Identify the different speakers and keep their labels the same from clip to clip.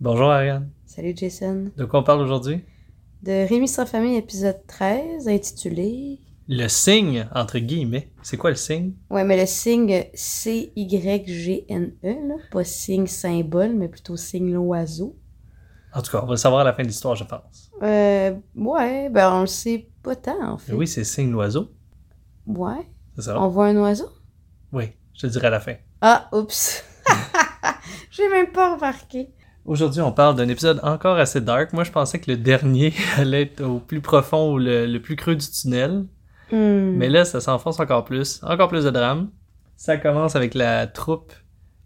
Speaker 1: Bonjour Ariane.
Speaker 2: Salut Jason.
Speaker 1: De quoi on parle aujourd'hui?
Speaker 2: De Rémi sans famille, épisode 13, intitulé.
Speaker 1: Le signe, entre guillemets. C'est quoi le signe?
Speaker 2: Ouais, mais le signe C-Y-G-N-E, E, là. Pas signe symbole, mais plutôt signe l'oiseau.
Speaker 1: En tout cas, on va le savoir à la fin de l'histoire, je pense.
Speaker 2: Euh, ouais, ben on le sait pas tant, en fait.
Speaker 1: Mais oui, Ah. c'est signe l'oiseau.
Speaker 2: Ouais.
Speaker 1: C'est ça?
Speaker 2: On voit un oiseau?
Speaker 1: Oui, je te le dirai à la fin.
Speaker 2: Ah, oups. J'ai même pas remarqué.
Speaker 1: Aujourd'hui, on parle d'un épisode encore assez dark. Moi, je pensais que le dernier allait être au plus profond ou le, le plus creux du tunnel.
Speaker 2: Hmm.
Speaker 1: Mais là, ça s'enfonce encore plus. Encore plus de drame. Ça commence avec la troupe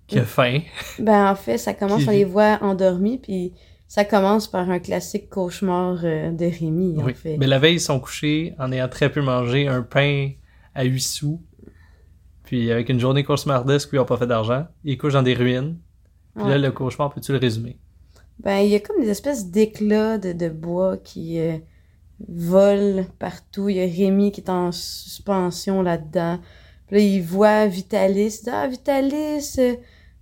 Speaker 1: qui a faim.
Speaker 2: Ben, en fait, ça commence,
Speaker 1: Qui
Speaker 2: on
Speaker 1: vit.
Speaker 2: les voit endormis, puis ça commence par un classique cauchemar euh, de Rémi, en
Speaker 1: Oui.
Speaker 2: fait.
Speaker 1: Mais la veille, ils sont couchés en ayant très peu mangé un pain à 8 sous. Puis avec une journée cauchemardesque où ils n'ont pas fait d'argent, ils couchent dans des ruines. Puis là,
Speaker 2: Ouais.
Speaker 1: le cauchemar, peux-tu le résumer?
Speaker 2: Ben, il y a comme des espèces d'éclats de, de bois qui euh, volent partout. Il y a Rémi qui est en suspension là-dedans. Puis là, il voit Vitalis. Il dit, Ah, Vitalis, euh,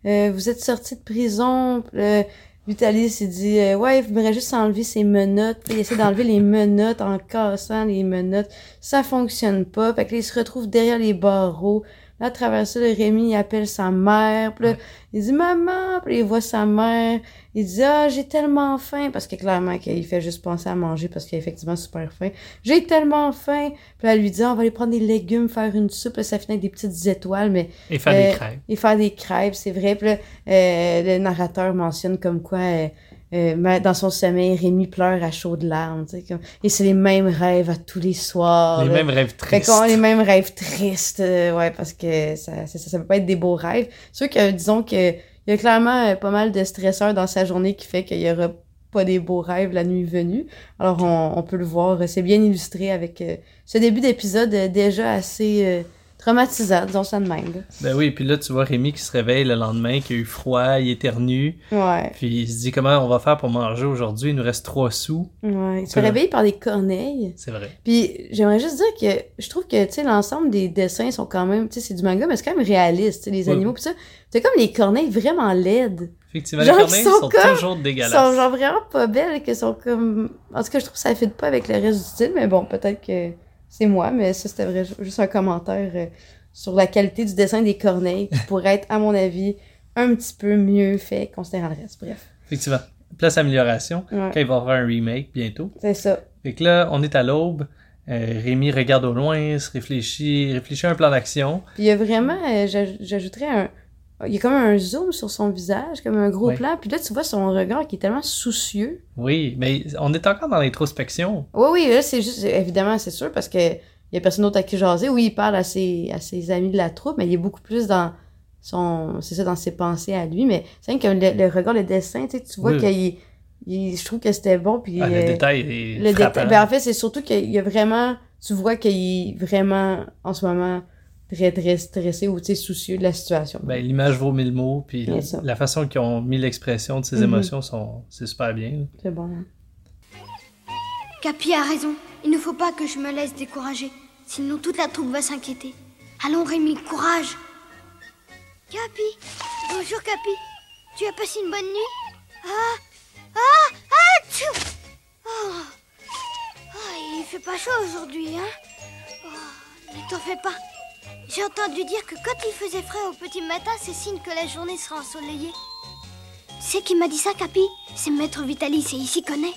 Speaker 2: euh, vous êtes sorti de prison. Puis là, Vitalis, il dit euh, Ouais, il faudrait juste enlever ses menottes. Puis là, il essaie d'enlever les menottes en cassant les menottes. Ça fonctionne pas. Fait que là, il se retrouve derrière les barreaux. Là, à travers ça, le Rémi il appelle sa mère. Puis là, il dit Maman. Puis là, il voit sa mère. Il dit Ah, j'ai tellement faim parce que clairement qu'il fait juste penser à manger parce qu'il a effectivement super faim. J'ai tellement faim. Puis là, elle lui dit On va aller prendre des légumes, faire une soupe, Là, ça finit avec des petites étoiles, mais
Speaker 1: Et faire
Speaker 2: Euh,
Speaker 1: des crêpes.
Speaker 2: et faire des crêpes, c'est vrai. Puis là, euh, le narrateur mentionne comme quoi euh, euh, ma- dans son sommeil, Rémi pleure à chaudes larmes. tu sais, Comme... Et c'est les mêmes rêves à tous les soirs.
Speaker 1: les
Speaker 2: oh, là.
Speaker 1: mêmes rêves
Speaker 2: Fait
Speaker 1: tristes.
Speaker 2: qu'on a les mêmes rêves tristes, euh, ouais, parce que ça, c'est ça, ça peut pas être des beaux rêves. Sûr que, disons que, il y a clairement euh, pas mal de stresseurs dans sa journée qui fait qu'il y aura pas des beaux rêves la nuit venue. Alors, on, on peut le voir, euh, c'est bien illustré avec euh, ce début d'épisode euh, déjà assez euh, traumatisant, disons ça de même.
Speaker 1: Ben oui, puis là, tu vois Rémi qui se réveille le lendemain, qui a eu froid, il éternue.
Speaker 2: là. Ouais,
Speaker 1: Puis il se dit comment on va faire pour manger aujourd'hui, il nous reste trois sous.
Speaker 2: ouais. Il se fait
Speaker 1: Ouais.
Speaker 2: réveiller par des corneilles.
Speaker 1: C'est vrai.
Speaker 2: Puis j'aimerais juste dire que je trouve que tu sais l'ensemble des dessins sont quand même tu sais c'est du manga mais c'est quand même réaliste, tu sais, les
Speaker 1: Ouais.
Speaker 2: animaux puis ça. T'as comme les corneilles vraiment laides.
Speaker 1: Effectivement,
Speaker 2: Genre,
Speaker 1: les
Speaker 2: ils
Speaker 1: corneilles
Speaker 2: sont
Speaker 1: sont,
Speaker 2: comme-
Speaker 1: toujours
Speaker 2: Ils
Speaker 1: dégueulasses.
Speaker 2: sont genre vraiment pas belles que sont comme en tout cas je trouve que ça fit pas avec le reste du style mais bon, peut-être que c'est moi mais ça c'était vrai juste un commentaire euh, sur la qualité du dessin des corneilles qui pourrait être à mon avis un petit peu mieux fait considérant le reste. Bref.
Speaker 1: Effectivement. Place amélioration.
Speaker 2: Ouais,
Speaker 1: Quand il va y avoir un remake bientôt.
Speaker 2: c'est ça.
Speaker 1: Fait que là, on est à l'aube. Euh, Rémi regarde au loin, se réfléchit, réfléchit à un plan d'action.
Speaker 2: Puis il y a vraiment, euh, j'aj- j'ajouterais un. Il y a comme un zoom sur son visage, comme un gros
Speaker 1: Ouais.
Speaker 2: plan. Puis là, tu vois son regard qui est tellement soucieux.
Speaker 1: Oui, mais on est encore dans l'introspection.
Speaker 2: Oui, oui, là, c'est juste, évidemment, c'est sûr, parce que il y a personne d'autre à qui jaser. Oui, il parle à ses, à ses amis de la troupe, mais il est beaucoup plus dans son. C'est ça, dans ses pensées à lui. Mais c'est vrai que le, le regard, le dessin, tu sais, tu vois
Speaker 1: Oui.
Speaker 2: qu'il. il- je trouve que c'était bon. Puis,
Speaker 1: Ah, le
Speaker 2: euh,
Speaker 1: détail est
Speaker 2: le
Speaker 1: frappant.
Speaker 2: détail. Ben, en fait, c'est surtout qu'il y a vraiment. Tu vois qu'il est vraiment, en ce moment, très, très stressé ou, tu sais, soucieux de la situation.
Speaker 1: Ben, l'image vaut mille mots, puis
Speaker 2: Bien sûr.
Speaker 1: la façon qu'ils ont mis l'expression de ses
Speaker 2: Mhm.
Speaker 1: émotions, sont, c'est super bien. là.
Speaker 2: C'est bon. hein.
Speaker 3: Capi a raison. Il ne faut pas que je me laisse décourager. Sinon, toute la troupe va s'inquiéter. Allons, Rémi, courage. Capi Bonjour, Capi. Tu as passé une bonne nuit Ah Ah Ah tchou oh. Oh, Il fait pas chaud aujourd'hui, hein oh, Ne t'en fais pas. J'ai entendu dire que quand il faisait frais au petit matin, c'est signe que la journée sera ensoleillée. C'est qui m'a dit ça, Capi C'est Maître Vitalis et il s'y connaît.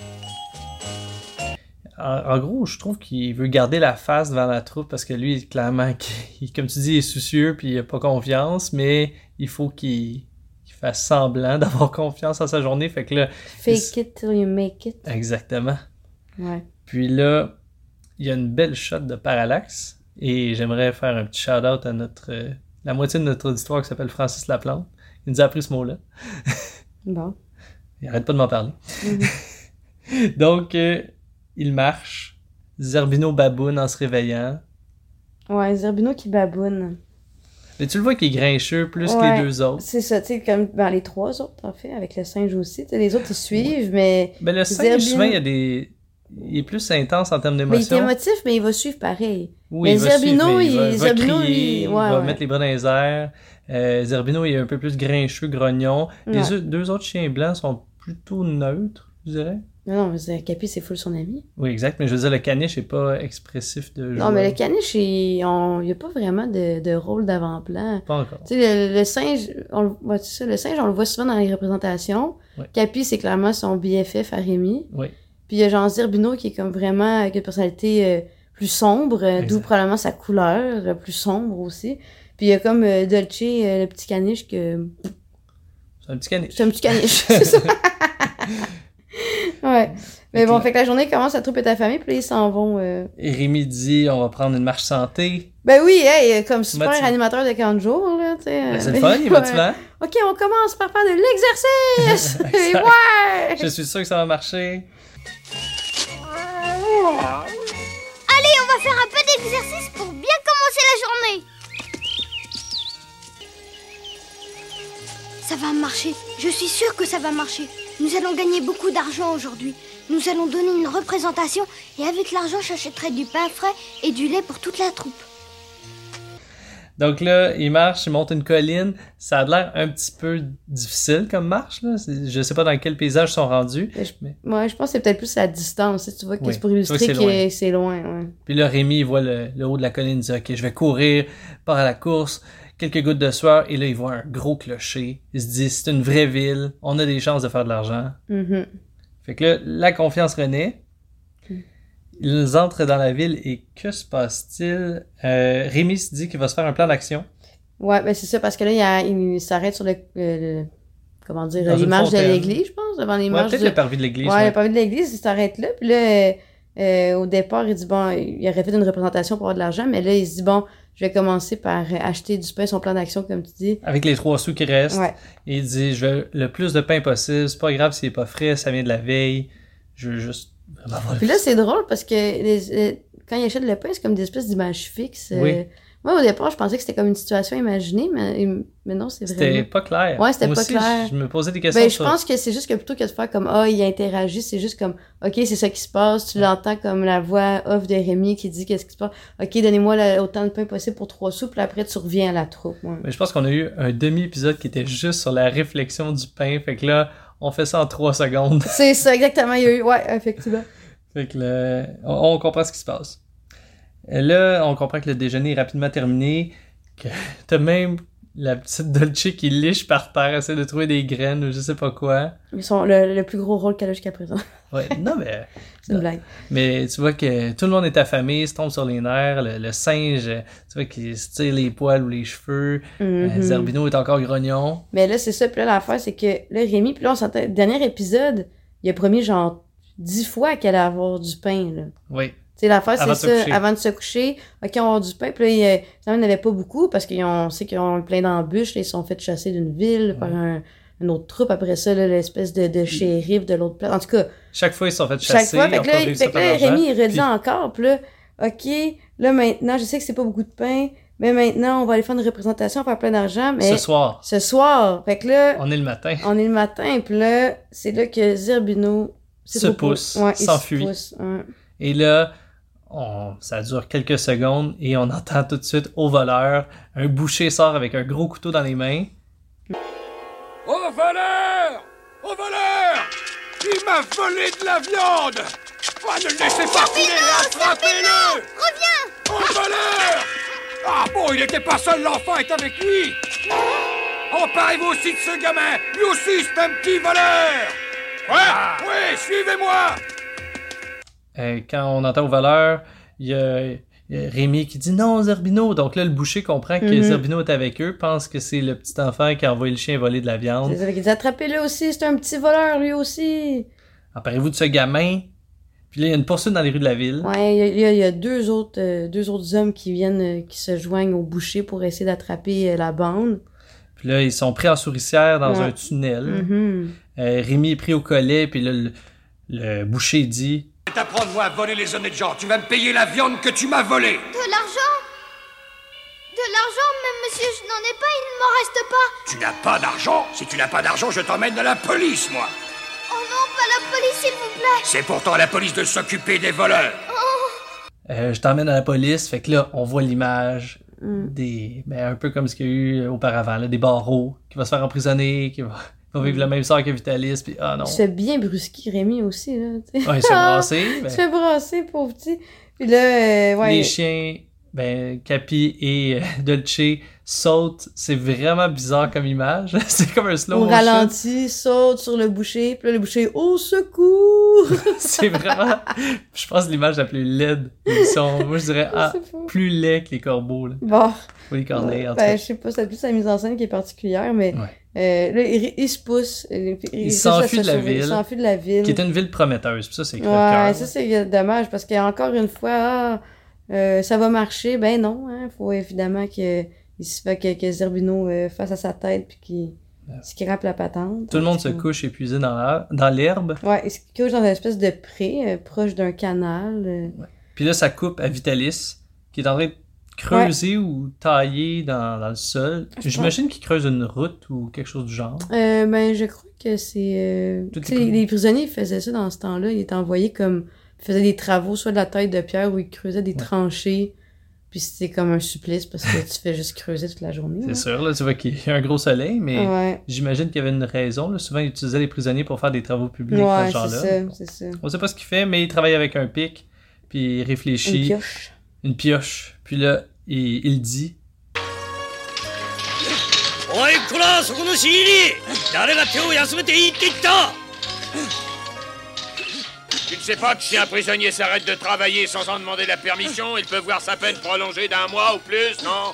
Speaker 1: En, en gros, je trouve qu'il veut garder la face devant la troupe parce que lui, clairement, qu'il- comme tu dis, il est soucieux puis il n'a pas confiance, mais il faut qu'il, qu'il fasse semblant d'avoir confiance à sa journée. Fait que là,
Speaker 2: Fake it till you make it.
Speaker 1: exactement.
Speaker 2: Ouais.
Speaker 1: Puis là, il y a une belle shot de parallaxe. Et j'aimerais faire un petit shout-out à notre, euh, la moitié de notre auditoire qui s'appelle Francis Laplante. Il nous a appris ce mot-là.
Speaker 2: Bon.
Speaker 1: Il arrête pas de m'en parler.
Speaker 2: Mhm. Mm-hmm.
Speaker 1: Donc, euh, il marche. Zerbino baboune en se réveillant.
Speaker 2: Ouais, Zerbino qui baboune.
Speaker 1: Mais tu le vois qu'il est grincheux plus que
Speaker 2: Ouais.
Speaker 1: les deux autres.
Speaker 2: C'est ça, tu sais, comme ben, les trois autres, en fait, avec le singe aussi. Tu sais, les autres, ils suivent, mais,
Speaker 1: Mais le singe,
Speaker 2: Zerbino-
Speaker 1: souvent, il, y a des... il est plus intense en termes
Speaker 2: mais il est
Speaker 1: d'émotion.
Speaker 2: émotif, mais il va suivre pareil.
Speaker 1: Oui,
Speaker 2: Mais
Speaker 1: il va
Speaker 2: Zerbino,
Speaker 1: suivre, mais il va,
Speaker 2: il-
Speaker 1: il va
Speaker 2: Zerbino,
Speaker 1: crier,
Speaker 2: lui,
Speaker 1: il
Speaker 2: ouais,
Speaker 1: va
Speaker 2: ouais.
Speaker 1: mettre les bras dans les airs. Euh, Zerbino, il est un peu plus grincheux, grognon. Les
Speaker 2: Ouais.
Speaker 1: deux- deux autres chiens blancs sont plutôt neutre, je dirais.
Speaker 2: Non, non, mais c'est- Capi, c'est full son ami.
Speaker 1: Oui, exact, mais je veux dire, le caniche est pas expressif de
Speaker 2: Non, mais
Speaker 1: Joël.
Speaker 2: le caniche, il n'y a pas vraiment de, de rôle d'avant-plan.
Speaker 1: Pas encore.
Speaker 2: Tu sais, le, le singe, on, le- ouais, c'est ça, le singe, on le voit souvent dans les représentations.
Speaker 1: Ouais.
Speaker 2: Capi, c'est clairement son BFF à Rémi.
Speaker 1: Oui.
Speaker 2: Puis il y a Jean Zerbino qui est comme vraiment avec une personnalité euh, plus sombre, euh, d'où
Speaker 1: Exact.
Speaker 2: probablement sa couleur, euh, plus sombre aussi. Puis il y a comme euh, Dolce, euh, le petit caniche, que
Speaker 1: C'est un petit caniche.
Speaker 2: c'est un petit caniche, c'est ça. ouais. Mais
Speaker 1: Fait que
Speaker 2: bon,
Speaker 1: là-
Speaker 2: fait que la journée commence à trouper ta famille, puis là, ils s'en vont. euh.
Speaker 1: Et Rémi dit on va prendre une marche santé.
Speaker 2: Ben oui, hey, comme super
Speaker 1: Motivant.
Speaker 2: animateur de 40 jours, là, tu sais.
Speaker 1: Ben,
Speaker 2: euh,
Speaker 1: c'est le fun, il est
Speaker 2: ouais.
Speaker 1: motivant.
Speaker 2: Ok, on commence par faire de l'exercice! Et
Speaker 1: Exact.
Speaker 2: ouais!
Speaker 1: Je suis sûr que ça va marcher.
Speaker 3: Allez, on va faire un peu d'exercice pour bien commencer la journée. Ça va marcher, je suis sûre que ça va marcher. Nous allons gagner beaucoup d'argent aujourd'hui. Nous allons donner une représentation et avec l'argent, j'achèterai du pain frais et du lait pour toute la troupe.
Speaker 1: Donc là, il marche, il monte une colline. Ça a l'air un petit peu difficile comme marche. Là. C'est- Je sais pas dans quel paysage ils sont rendus.
Speaker 2: Mais je-
Speaker 1: Mais-
Speaker 2: Ouais, je pense que c'est peut-être plus la distance. tu sais, Tu vois, que
Speaker 1: Oui,
Speaker 2: c'est pour
Speaker 1: tu vois que c'est
Speaker 2: illustrer
Speaker 1: loin.
Speaker 2: que c'est loin. ouais.
Speaker 1: Puis là, Rémi, il voit le, le haut de la colline, il dit Ok, je vais courir, part à la course, quelques gouttes de sueur. Et là, il voit un gros clocher. Il se dit C'est une vraie ville, on a des chances de faire de l'argent.
Speaker 2: Mhm.
Speaker 1: Fait que là, la confiance renaît. Ils entrent dans la ville et que se passe-t-il Euh, Rémi se dit qu'il va se faire un plan d'action.
Speaker 2: Ouais, ben c'est ça, parce que là, il y a- il, s'arrête sur le, le- le- Comment dire?
Speaker 1: Dans une
Speaker 2: L'image de
Speaker 1: fontaine.
Speaker 2: l'église, je pense. Devant
Speaker 1: Ouais,
Speaker 2: l'image
Speaker 1: peut-être
Speaker 2: de.
Speaker 1: le parvis de l'église.
Speaker 2: Ouais,
Speaker 1: ouais.
Speaker 2: le pavé de l'église, il s'arrête là. Puis là, euh, euh, au départ, il dit, bon, il aurait fait une représentation pour avoir de l'argent, mais là, il se dit, bon, je vais commencer par euh, acheter du pain, son plan d'action, comme tu dis.
Speaker 1: Avec les trois sous qui restent.
Speaker 2: Ouais.
Speaker 1: Et il dit Je veux le plus de pain possible. C'est pas grave s'il est pas frais, ça vient de la veille. Je veux juste. vraiment avoir le
Speaker 2: Puis là, c'est drôle parce que les- les- quand ils achètent le pain, c'est comme des espèces d'images fixes. euh.
Speaker 1: Oui.
Speaker 2: Moi, au départ, je pensais que c'était comme une situation imaginée, mais, mais non, c'est
Speaker 1: C'était
Speaker 2: vraiment...
Speaker 1: pas clair.
Speaker 2: Ouais, c'était
Speaker 1: Moi
Speaker 2: pas
Speaker 1: aussi,
Speaker 2: clair.
Speaker 1: Je me posais des questions
Speaker 2: Ben, je
Speaker 1: sur
Speaker 2: pense que c'est juste que plutôt que de faire comme « Ah, il interagit », c'est juste comme « Ok, c'est ça qui se passe », tu l'entends comme la voix off de Rémi qui dit « Qu'est-ce qui se passe ?»« Ok, donnez-moi le- autant de pain possible pour trois sous, puis après tu reviens à la troupe. ouais.
Speaker 1: Mais je pense qu'on a eu un demi-épisode qui était juste sur la réflexion du pain. Fait que là, on fait ça en trois secondes.
Speaker 2: C'est ça, exactement, il y a eu... Ouais, effectivement.
Speaker 1: Fait que le- on, on comprend ce qui se passe. Et là, on comprend que le déjeuner est rapidement terminé. Que t'as même la petite Dolce qui liche par terre, essaie de trouver des graines ou je sais pas quoi.
Speaker 2: Ils sont le, le plus gros rôle qu'elle a jusqu'à présent.
Speaker 1: Ouais, non, mais,
Speaker 2: c'est une blague.
Speaker 1: mais tu vois que tout le monde est affamé, se tombe sur les nerfs. Le, le singe, tu vois qu'il se tire les poils ou les cheveux. Euh,
Speaker 2: Mhm.
Speaker 1: Zerbino est encore grognon.
Speaker 2: Mais là, c'est ça. Puis là, l'affaire, c'est que là, Rémi, puis là, on s'entend. Dernier épisode, il a promis genre dix fois qu'elle allait avoir du pain, là.
Speaker 1: Oui.
Speaker 2: Tu sais, l'affaire,
Speaker 1: Avant
Speaker 2: c'est
Speaker 1: de se
Speaker 2: ça.
Speaker 1: coucher.
Speaker 2: Avant de se coucher, OK, on va avoir du pain. Puis là, il, euh, finalement, il n'y en avait pas beaucoup parce qu'on sait qu'ils ont plein d'embûches. là, Ils se sont fait chasser d'une ville par un, une autre troupe. Après ça, là, l'espèce de, de shérif de l'autre place. En tout cas,
Speaker 1: Chaque fois, ils se sont fait
Speaker 2: chaque
Speaker 1: chasser.
Speaker 2: fois. Fait que
Speaker 1: encore
Speaker 2: là,
Speaker 1: réussi à
Speaker 2: fait que
Speaker 1: faire
Speaker 2: là,
Speaker 1: de l'argent.
Speaker 2: Rémi, il redit
Speaker 1: Puis-
Speaker 2: encore. Puis là, OK, là, maintenant, je sais que c'est pas beaucoup de pain. Mais maintenant, on va aller faire une représentation, faire plein d'argent. Mais
Speaker 1: Ce soir,
Speaker 2: ce soir. Fait que là.
Speaker 1: on est le matin.
Speaker 2: On est le matin, puis là, c'est là que Zerbino
Speaker 1: Se pousse, s'enfuit. Et là, on- ça dure quelques secondes et on entend tout de suite au voleur un boucher sort avec un gros couteau dans les mains.
Speaker 4: Au voleur Au voleur Il m'a volé de la viande Oh, ne le laissez pas filer Attrapez-le Reviens Au voleur Ah bon, il n'était pas seul, l'enfant est avec lui Emparez-vous aussi de ce gamin Lui aussi, c'est un petit voleur Ouais Oui, suivez-moi
Speaker 1: Euh, quand on entend au voleur, il y a. il y a Rémi qui dit non, Zerbino. Donc là, le boucher comprend que
Speaker 2: Mhm.
Speaker 1: Zerbino est avec eux, pense que c'est le petit enfant qui a envoyé le chien voler de la viande.
Speaker 2: C'est ça, fait qu'il dit attrapez-le aussi, c'est un petit voleur lui aussi.
Speaker 1: Emparez-vous de ce gamin. Puis là, il y a une poursuite dans les rues de la ville.
Speaker 2: Ouais, il y a- il y a, il y a deux, autres, euh, deux autres hommes qui viennent, euh, qui se joignent au boucher pour essayer d'attraper euh, la bande.
Speaker 1: Puis là, ils sont pris en souricière dans
Speaker 2: Ouais.
Speaker 1: un tunnel.
Speaker 2: Mhm.
Speaker 1: Euh, Rémi est pris au collet, puis là, le, le boucher dit
Speaker 4: T'apprends-moi à voler les honnêtes gens, tu vas me payer la viande que tu m'as volée
Speaker 3: De l'argent De l'argent, même monsieur, je n'en ai pas, il ne m'en reste pas.
Speaker 4: Tu n'as pas d'argent Si tu n'as pas d'argent, je t'emmène à la police, moi
Speaker 3: Oh non, pas la police, s'il vous plaît.
Speaker 4: C'est pourtant à la police de s'occuper des voleurs
Speaker 1: Euh, Je t'emmène à la police. Fait que là, on voit l'image
Speaker 2: Mm.
Speaker 1: des. Ben, un peu comme ce qu'il y a eu auparavant, là, des barreaux, qui va se faire emprisonner, qui va, va vivre le même sort que Vitalis, puis ah non.
Speaker 2: Tu fais bien brusquer Rémi aussi, là. tu sais.
Speaker 1: Ah, il se fait brasser.
Speaker 2: Tu
Speaker 1: ben,
Speaker 2: fais brasser, pauvre petit. Puis là, euh, ouais.
Speaker 1: Les chiens, ben, Capi et euh, Dolce sautent. C'est vraiment bizarre comme image. c'est comme un slow
Speaker 2: Au
Speaker 1: motion.
Speaker 2: ralenti, saute sur le boucher, puis là, le boucher, au secours!
Speaker 1: c'est vraiment, je pense, l'image la plus laide. Ils sont, moi, je dirais, ah,
Speaker 2: Je sais pas.
Speaker 1: plus laid que les corbeaux, là.
Speaker 2: Bon,
Speaker 1: Ou les corneilles, en tout
Speaker 2: ben,
Speaker 1: cas.
Speaker 2: je sais pas, c'est plus la mise en scène qui est particulière, mais euh, là, il, il se pousse. Il, il réussit à
Speaker 1: s'enfuit
Speaker 2: se
Speaker 1: de la
Speaker 2: sauver,
Speaker 1: ville.
Speaker 2: Il s'enfuit de la ville.
Speaker 1: Qui était une ville prometteuse, puis ça, c'est crève-cœur.
Speaker 2: Ouais, ça c'est dommage parce qu'encore une fois, ah, euh, ça va marcher. Ben non, hein, faut évidemment que il se fait que, que Zerbino euh, fasse à sa tête puis qu'il scrape la patente.
Speaker 1: Tout le monde se couche épuisé dans la- dans l'herbe.
Speaker 2: Ouais, il se couche dans une espèce de pré euh, proche d'un canal. euh.
Speaker 1: Puis là, ça coupe à Vitalis, qui est en train de creuser ou tailler dans, dans le sol.
Speaker 2: Je
Speaker 1: J'imagine qu'il creuse une route ou quelque chose du genre.
Speaker 2: Euh, ben je crois que c'est. euh,
Speaker 1: Tout est
Speaker 2: tu sais,
Speaker 1: pris.
Speaker 2: les prisonniers faisaient ça dans ce temps-là. Ils étaient envoyés comme ils faisaient des travaux soit de la taille de pierre ou ils creusaient des tranchées. Puis c'était comme un supplice parce que tu fais juste creuser toute la journée.
Speaker 1: C'est
Speaker 2: là.
Speaker 1: sûr, là, tu vois qu'il y a un gros soleil, mais
Speaker 2: Ouais.
Speaker 1: j'imagine qu'il y avait une raison. là. Souvent, ils utilisaient les prisonniers pour faire des travaux publics dans ce
Speaker 2: Ouais, c'est
Speaker 1: genre-là.
Speaker 2: ça, c'est ça.
Speaker 1: On sait pas ce qu'il fait, mais il travaille avec un pic, puis il réfléchit.
Speaker 2: Une pioche.
Speaker 1: Une pioche. Puis là, il, il dit
Speaker 5: おいこらそこの CD 誰が手を休めていいって言った
Speaker 4: Tu ne sais pas que si un prisonnier s'arrête de travailler sans en demander la permission, il peut voir sa peine prolongée d'un mois ou plus, non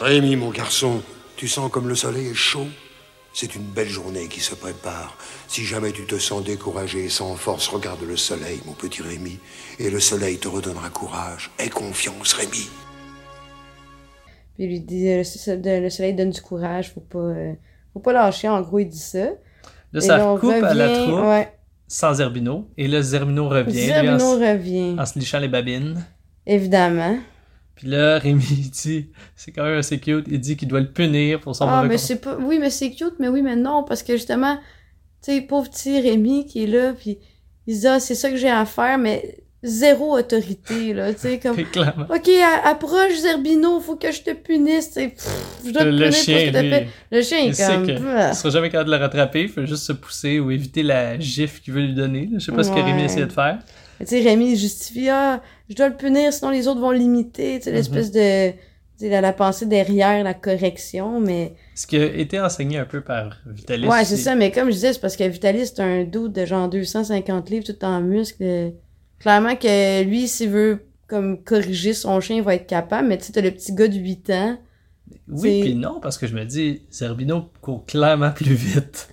Speaker 6: Rémi, mon garçon, tu sens comme le soleil est chaud C'est une belle journée qui se prépare. Si jamais tu te sens découragé et sans force, regarde le soleil, mon petit Rémi. Et le soleil te redonnera courage. Aie confiance, Rémi.
Speaker 2: Puis il lui dit euh, le, so- de- le soleil donne du courage, faut pas, euh, faut pas lâcher. En gros, il dit ça.
Speaker 1: Là,
Speaker 2: Et
Speaker 1: ça
Speaker 2: là, on
Speaker 1: coupe à la
Speaker 2: revient,
Speaker 1: troupe
Speaker 2: ouais.
Speaker 1: sans Zerbino. Et là, Zerbino revient, lui, en,
Speaker 2: Zerbino
Speaker 1: se-
Speaker 2: revient.
Speaker 1: en se lichant les babines.
Speaker 2: Évidemment.
Speaker 1: Puis là, Rémi il dit, c'est quand même assez cute, il dit qu'il doit le punir pour son
Speaker 2: Ah,
Speaker 1: mauvais
Speaker 2: mais
Speaker 1: comportement.
Speaker 2: c'est pas. Oui, mais c'est cute, mais oui, mais non, parce que justement, tu sais, pauvre petit Rémi qui est là, puis il se dit, ah, c'est ça que j'ai à faire, mais zéro autorité, là, tu sais, comme.
Speaker 1: Fait que clairement,
Speaker 2: Ok, a- approche Zerbino, faut que je te punisse, tu sais, pff, je dois te
Speaker 1: Le
Speaker 2: punir
Speaker 1: chien,
Speaker 2: pour ce que
Speaker 1: lui,
Speaker 2: t'as fait. Le chien,
Speaker 1: il
Speaker 2: est
Speaker 1: sait
Speaker 2: comme. bah.
Speaker 1: que- il sera jamais capable de le rattraper, il faut juste se pousser ou éviter la gifle qu'il veut lui donner. là. Je sais pas ce que
Speaker 2: Ouais.
Speaker 1: Rémi essayait de faire.
Speaker 2: Mais Tu sais, Rémi il justifie, ah, je dois le punir, sinon les autres vont l'imiter,
Speaker 1: Mhm.
Speaker 2: tu sais, l'espèce de, tu sais, la, la pensée derrière la correction, mais,
Speaker 1: Ce qui a été enseigné un peu par Vitalis.
Speaker 2: ouais, c'est ça, mais comme je disais, c'est parce que Vitalis, c'est un doute de genre 250 livres, tout en muscles, euh, clairement que lui, s'il veut, comme, corriger son chien, il va être capable, mais tu sais, t'as le petit gars de 8 ans,
Speaker 1: Oui,
Speaker 2: c'est-
Speaker 1: puis non, parce que je me dis, Zerbino court clairement plus vite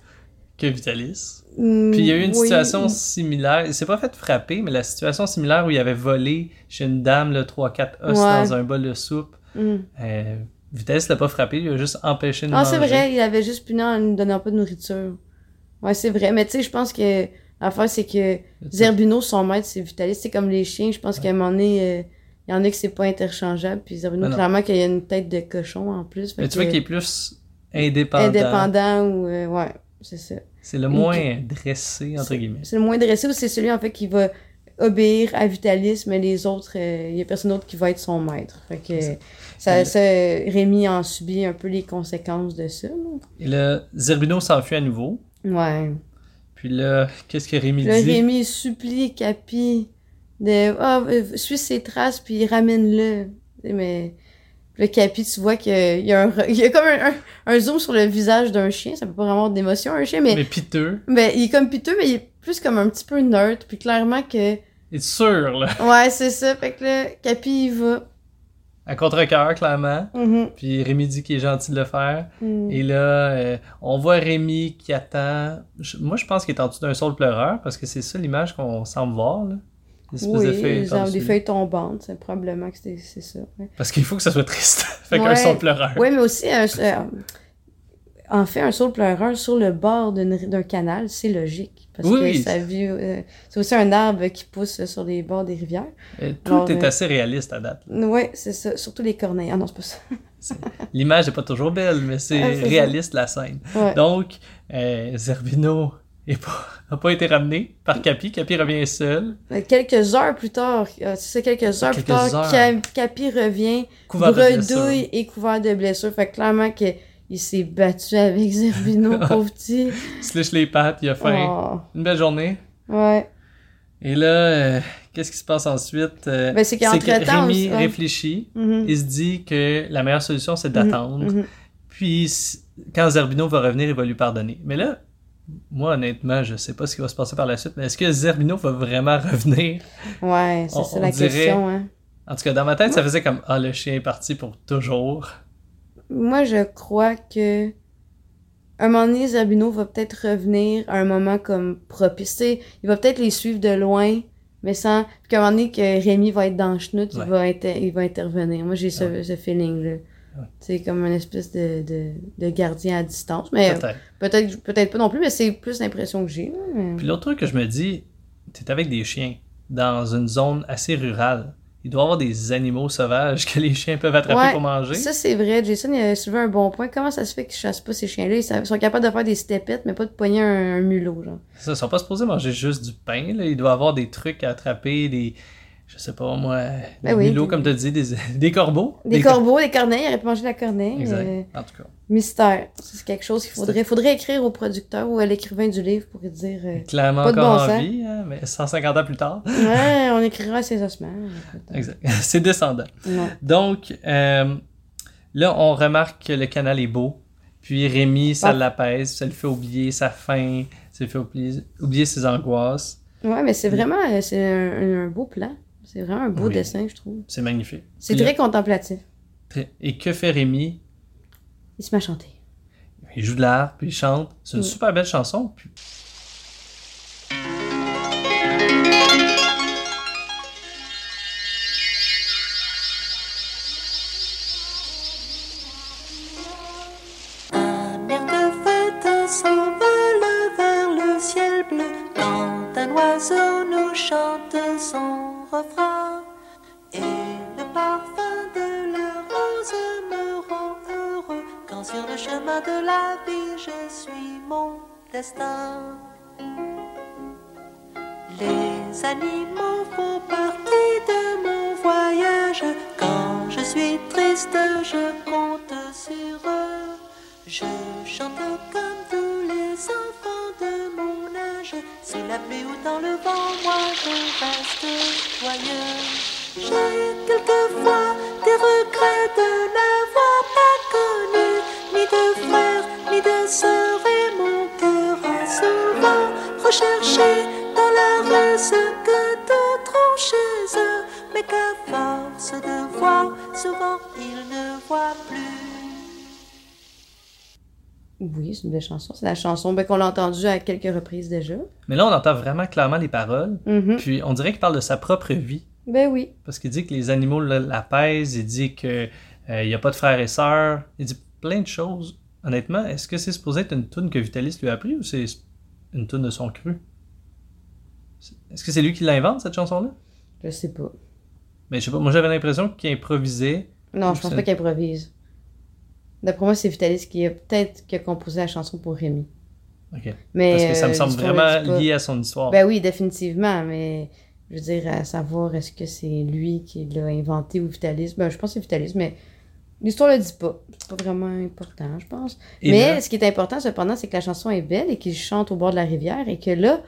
Speaker 1: que Vitalis.
Speaker 2: Hmm,
Speaker 1: Puis il y a eu une
Speaker 2: oui.
Speaker 1: situation similaire, il s'est pas fait frapper, mais la situation similaire où il avait volé chez une dame le 3-4 os
Speaker 2: Ouais.
Speaker 1: dans un bol de soupe.
Speaker 2: Hmm.
Speaker 1: Euh, Vitalis l'a pas frappé, il a juste empêché de
Speaker 2: Ah,
Speaker 1: manger.
Speaker 2: c'est vrai, il avait juste puni en ne donnant pas de nourriture. Ouais, c'est vrai. Mais tu sais, je pense que l'affaire, c'est que Zerbino, son maître, c'est Vitalis. C'est comme les chiens, je pense qu'à un moment donné, euh, il y en a que c'est pas interchangeable. Puis Zerbino,
Speaker 1: Ah non.
Speaker 2: clairement, qu'il y a une tête de cochon en plus. fait
Speaker 1: Mais tu vois
Speaker 2: que
Speaker 1: qu'il est plus indépendant.
Speaker 2: indépendant ou. euh, ouais, c'est ça.
Speaker 1: C'est le moins dressé, entre guillemets.
Speaker 2: C'est le moins dressé ou c'est celui, en fait, qui va obéir à Vitalis, mais les autres, euh, il y a personne d'autre qui va être son maître. Fait que ça,
Speaker 1: Et-
Speaker 2: ça, Rémi en subit un peu les conséquences de ça. là.
Speaker 1: Et là, Zerbino s'enfuit à nouveau.
Speaker 2: Ouais.
Speaker 1: Puis là, qu'est-ce que Rémi
Speaker 2: Le
Speaker 1: dit?
Speaker 2: Rémi supplie Capi de Ah, euh, suis ses traces puis ramène-le. Mais le Capi, tu vois qu'il y a un re- il y a comme un, un- un zoom sur le visage d'un chien, ça peut pas vraiment avoir d'émotion un chien, mais,
Speaker 1: Mais
Speaker 2: mais...
Speaker 1: piteux.
Speaker 2: il est comme piteux, mais il est plus comme un petit peu neutre, puis clairement que
Speaker 1: Il est sûr, là.
Speaker 2: ouais, c'est ça, fait que là Capi il va.
Speaker 1: À contre-cœur, clairement.
Speaker 2: Mhm,
Speaker 1: Puis Rémi dit qu'il est gentil de le faire.
Speaker 2: mhm.
Speaker 1: Et là, euh, on voit Rémi qui attend. Je- moi, je pense qu'il est en dessous d'un saule pleureur, parce que c'est ça l'image qu'on semble voir, là. L'espèce
Speaker 2: Oui,
Speaker 1: de feuille
Speaker 2: des,
Speaker 1: par-dessus.
Speaker 2: des feuilles tombantes, c'est probablement que c'est c'est ça. ouais.
Speaker 1: Parce qu'il faut que ça soit triste. fait qu'un
Speaker 2: Ouais.
Speaker 1: saule pleureur.
Speaker 2: Ouais, mais aussi, un- euh, en fait, un saule pleureur sur le bord d'une ri- d'un canal, c'est logique. Parce
Speaker 1: Oui,
Speaker 2: que
Speaker 1: oui.
Speaker 2: ça vit, euh, c'est aussi un arbre qui pousse sur les bords des rivières.
Speaker 1: Euh, Tout
Speaker 2: Alors,
Speaker 1: est
Speaker 2: euh,
Speaker 1: assez réaliste à date.
Speaker 2: Ouais, c'est ça. Surtout les corneilles. Ah non, c'est pas ça.
Speaker 1: C'est- L'image n'est pas toujours belle, mais c'est
Speaker 2: Ah, c'est ça.
Speaker 1: réaliste la scène.
Speaker 2: Ouais.
Speaker 1: Donc, euh, Zerbino n'a pas, a pas été ramené par Capi. Capi revient seul,
Speaker 2: Mais Quelques heures plus tard, euh, c'est ça, quelques heures plus
Speaker 1: Ah, Quelques
Speaker 2: tard,
Speaker 1: heures.
Speaker 2: Cam- Capi revient
Speaker 1: couvert de blessures.
Speaker 2: bredouille et couvert de blessures. Fait que clairement que il s'est battu avec Zerbino, pauvre petit.
Speaker 1: Il se lèche les pattes, il a faim.
Speaker 2: Oh,
Speaker 1: Une belle journée.
Speaker 2: ouais.
Speaker 1: Et là, euh, qu'est-ce qui se passe ensuite? Euh,
Speaker 2: Ben, c'est
Speaker 1: que
Speaker 2: qu'entre-temps,
Speaker 1: Rémi
Speaker 2: on- ouais.
Speaker 1: réfléchit.
Speaker 2: Mhm.
Speaker 1: Il se dit que la meilleure solution, c'est d'attendre.
Speaker 2: Mhm.
Speaker 1: Puis, s- quand Zerbino va revenir, il va lui pardonner. Mais là, moi, honnêtement, je sais pas ce qui va se passer par la suite, mais est-ce que Zerbino va vraiment revenir?
Speaker 2: Ouais,
Speaker 1: On-
Speaker 2: c'est ça
Speaker 1: on
Speaker 2: la
Speaker 1: dirait-
Speaker 2: question. Hein.
Speaker 1: En tout cas, dans ma tête, ça faisait comme « Ah, le chien est parti pour toujours.
Speaker 2: Moi, je crois que un moment donné, Zabino va peut-être revenir à un moment comme propice. Tu sais, il va peut-être les suivre de loin, mais sans. Puis qu'à un moment donné, que Rémi va être dans le chenoute,
Speaker 1: Ouais.
Speaker 2: il, va inter- il va intervenir. Moi, j'ai ce,
Speaker 1: Ouais.
Speaker 2: ce feeling-là. C'est comme une espèce de, de, de gardien à distance. Mais
Speaker 1: Peut-être.
Speaker 2: peut-être peut-être pas non plus, mais c'est plus l'impression que j'ai. là, mais-
Speaker 1: Puis l'autre truc que je me dis, t'es avec des chiens dans une zone assez rurale. Il doit y avoir des animaux sauvages que les chiens peuvent attraper
Speaker 2: Ouais,
Speaker 1: pour manger.
Speaker 2: Ça, c'est vrai. Jason il a soulevé un bon point. Comment ça se fait qu'ils chassent pas ces chiens-là? Ils sa- sont capables de faire des stepettes, mais pas de poigner un, un mulot, genre.
Speaker 1: Ça, ils sont pas supposés manger juste du pain. Là. Il doit avoir des trucs à attraper, des. Je sais pas moi. Des
Speaker 2: Ben oui,
Speaker 1: mulots,
Speaker 2: des-
Speaker 1: comme tu dis, des, des corbeaux.
Speaker 2: Des, corbeaux, des corneilles, il aurait pu manger de la corneille.
Speaker 1: Exact.
Speaker 2: euh,
Speaker 1: En tout cas.
Speaker 2: mystère. Ça, C'est quelque chose qu'il
Speaker 1: C'est-
Speaker 2: faudrait. faudrait écrire au producteur ou à l'écrivain du livre pour lui dire euh,
Speaker 1: Clairement
Speaker 2: pas de
Speaker 1: encore
Speaker 2: bon
Speaker 1: en
Speaker 2: sens.
Speaker 1: vie, hein, mais 150 ans plus tard.
Speaker 2: Ouais, on écrira à ses ossements.
Speaker 1: Exact. C'est descendant.
Speaker 2: Non.
Speaker 1: Donc, euh, là, on remarque que le canal est beau. Puis Rémi, ça
Speaker 2: Ah.
Speaker 1: l'apaise, ça lui fait oublier sa faim, ça lui fait oublier, oublier ses angoisses.
Speaker 2: Ouais, mais c'est vraiment euh, c'est un, un beau plan. C'est vraiment un beau
Speaker 1: Oui.
Speaker 2: dessin, je trouve.
Speaker 1: C'est magnifique.
Speaker 2: C'est
Speaker 1: Puis,
Speaker 2: très contemplatif.
Speaker 1: très- Et que fait Rémi
Speaker 2: Il se met à chanter.
Speaker 1: Il joue de l'art, puis il chante. C'est une
Speaker 2: Oui.
Speaker 1: super belle chanson. Puis
Speaker 7: Un air de fête s'envole vers le ciel bleu quand un oiseau nous chante son refrain. Et le parfum de la rose me rend heureux quand sur le chemin de la vie je suis mon destin. Les animaux font partie de mon voyage. Quand je suis triste, je compte sur eux. Je chante comme tous les enfants de mon âge. Sous la pluie ou dans le vent, moi je reste joyeux. J'ai quelquefois des regrets de n'avoir pas connu ni de frères ni de sœurs et mon cœur a souvent recherché dans la rue ce que d'autres ont chez eux, mais qu'à force de voir, souvent ils ne voient plus.
Speaker 2: Oui, c'est une belle chanson. C'est la chanson ben, qu'on a entendue à quelques reprises déjà.
Speaker 1: Mais là, on entend vraiment clairement les paroles.
Speaker 2: Mhm.
Speaker 1: Puis on dirait qu'il parle de sa propre vie.
Speaker 2: Ben oui.
Speaker 1: Parce qu'il dit que les animaux le- l'apaisent, il dit qu'il n'y a pas de frères et sœurs, il dit plein de choses. Honnêtement, est-ce que c'est supposé être une toune que Vitalis lui a appris ou c'est une toune de son cru? C'est- Est-ce que c'est lui qui l'invente, cette chanson-là?
Speaker 2: Je sais pas.
Speaker 1: Mais je sais pas, moi j'avais l'impression qu'il improvisait.
Speaker 2: Non,
Speaker 1: Ou
Speaker 2: je pense
Speaker 1: ça-
Speaker 2: pas qu'il improvise. D'après moi, c'est Vitalis qui a peut-être qui a composé la chanson pour Rémi.
Speaker 1: Ok.
Speaker 2: Mais,
Speaker 1: Parce que ça me
Speaker 2: euh,
Speaker 1: semble
Speaker 2: l'histoire le dit
Speaker 1: vraiment
Speaker 2: pas.
Speaker 1: lié à son histoire.
Speaker 2: Ben oui, définitivement, mais je veux dire, à savoir est-ce que c'est lui qui l'a inventé ou Vitalis. Ben, je pense que c'est Vitalis, mais l'histoire le dit pas. C'est pas vraiment important, je pense.
Speaker 1: Et
Speaker 2: mais
Speaker 1: là-
Speaker 2: ce qui est important, cependant, c'est que la chanson est belle et qu'il chante au bord de la rivière et que là,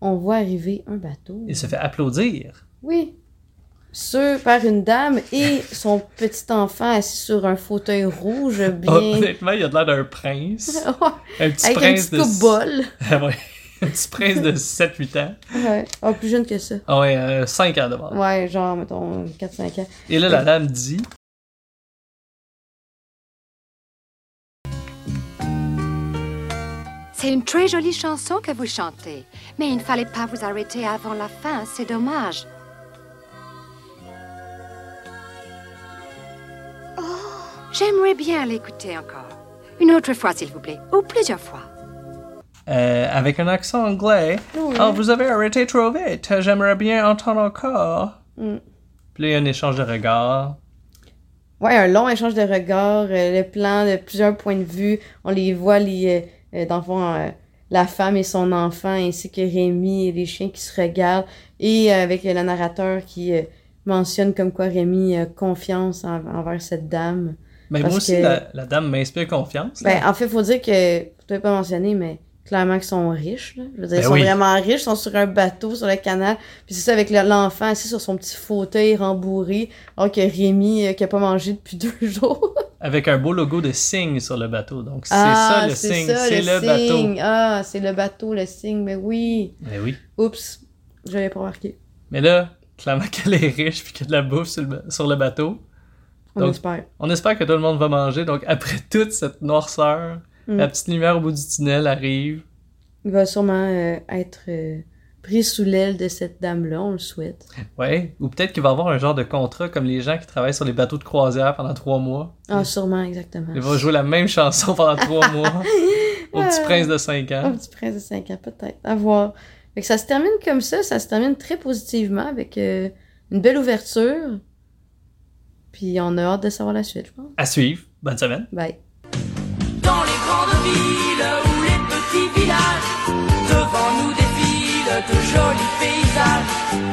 Speaker 2: on voit arriver un bateau.
Speaker 1: il se fait applaudir.
Speaker 2: Oui. Sur, par une dame et son petit enfant assis sur un fauteuil rouge
Speaker 1: Oh,
Speaker 2: bien.
Speaker 1: honnêtement, il a l'air d'un prince. Un petit
Speaker 2: Avec un
Speaker 1: prince
Speaker 2: petit
Speaker 1: de.
Speaker 2: coupe-bol.
Speaker 1: Ah ouais. un petit prince de 7-8 ans.
Speaker 2: Ouais. Ah, plus jeune que ça.
Speaker 1: Ah ouais, 5 ans d'abord.
Speaker 2: Ouais, genre, mettons, 4-5 ans.
Speaker 1: Et là, la dame dit
Speaker 8: C'est une très jolie chanson que vous chantez, mais il ne fallait pas vous arrêter avant la fin, c'est dommage. J'aimerais bien l'écouter encore. Une autre fois, s'il vous plaît, ou plusieurs fois.
Speaker 1: Euh, avec un accent anglais.
Speaker 2: Oui.
Speaker 1: Ah, vous avez arrêté trop vite. J'aimerais bien entendre encore.
Speaker 2: Mm.
Speaker 1: Puis là, il y a un échange de regards.
Speaker 2: Ouais, un long échange de regards, euh, le plan de plusieurs points de vue. On les voit, les, euh, euh, dans le fond, euh, la femme et son enfant, ainsi que Rémi et les chiens qui se regardent. Et euh, avec euh, le narrateur qui euh, mentionne comme quoi Rémi a confiance en- envers cette dame.
Speaker 1: Mais moi
Speaker 2: Parce
Speaker 1: aussi,
Speaker 2: que-
Speaker 1: la, la dame m'inspire confiance. là.
Speaker 2: Ben, en fait, faut dire que, peut-être pas mentionné, mais clairement qu'ils sont riches. Là. Je veux dire,
Speaker 1: Ben
Speaker 2: ils sont
Speaker 1: oui.
Speaker 2: vraiment riches, ils sont sur un bateau, sur le canal. Puis c'est ça, avec le- l'enfant assis sur son petit fauteuil rembourré, alors que Rémi, euh, qui a pas mangé depuis deux jours.
Speaker 1: Avec un beau logo de signe sur le bateau. Donc, c'est
Speaker 2: Ah,
Speaker 1: ça le
Speaker 2: c'est
Speaker 1: signe.
Speaker 2: ça,
Speaker 1: C'est le, bateau.
Speaker 2: signe. Ah, c'est le bateau, le signe, mais oui.
Speaker 1: Mais oui.
Speaker 2: Oups, je l'avais pas remarqué.
Speaker 1: Mais là, clairement qu'elle est riche puis qu'il y a de la bouffe sur le, ba- sur le bateau.
Speaker 2: On
Speaker 1: Donc,
Speaker 2: espère.
Speaker 1: On espère que tout le monde va manger. Donc, après toute cette noirceur,
Speaker 2: Mm.
Speaker 1: la petite lumière au bout du tunnel arrive.
Speaker 2: Il va sûrement euh, être euh, pris sous l'aile de cette dame-là, on le souhaite.
Speaker 1: Ouais. Ou peut-être qu'il va avoir un genre de contrat comme les gens qui travaillent sur les bateaux de croisière pendant trois mois.
Speaker 2: Ah, sûrement, exactement.
Speaker 1: Il va jouer la même chanson pendant trois mois au petit prince de cinq
Speaker 2: Ah, Un
Speaker 1: ans.
Speaker 2: petit prince de 5 ans, peut-être. À voir. Fait que ça se termine comme ça, ça se termine très positivement avec euh, une belle ouverture. Puis on a hâte de savoir la suite, je pense.
Speaker 1: À suivre. Bonne semaine.
Speaker 2: Bye.
Speaker 7: Dans les grandes villes ou les petits villages, devant nous défilent de jolis paysages.